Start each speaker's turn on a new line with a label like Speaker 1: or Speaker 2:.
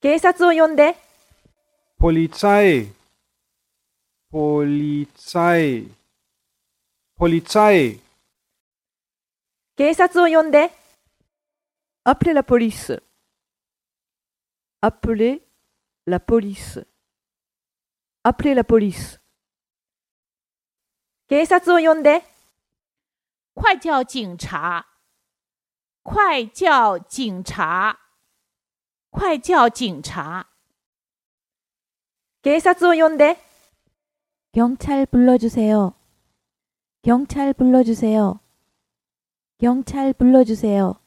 Speaker 1: 警察を呼んで、
Speaker 2: Polizei, Polizei, Polizei,
Speaker 1: 警察を呼んで、
Speaker 3: Appelez la police. Appelez la police. Appelez la police.
Speaker 1: 警察を呼んで、
Speaker 4: 快叫警察！快叫警察！快叫警察！
Speaker 1: 警察を呼んで、
Speaker 5: 경찰 불러주세요. 경찰 불러주세요. 경찰 불러주세요.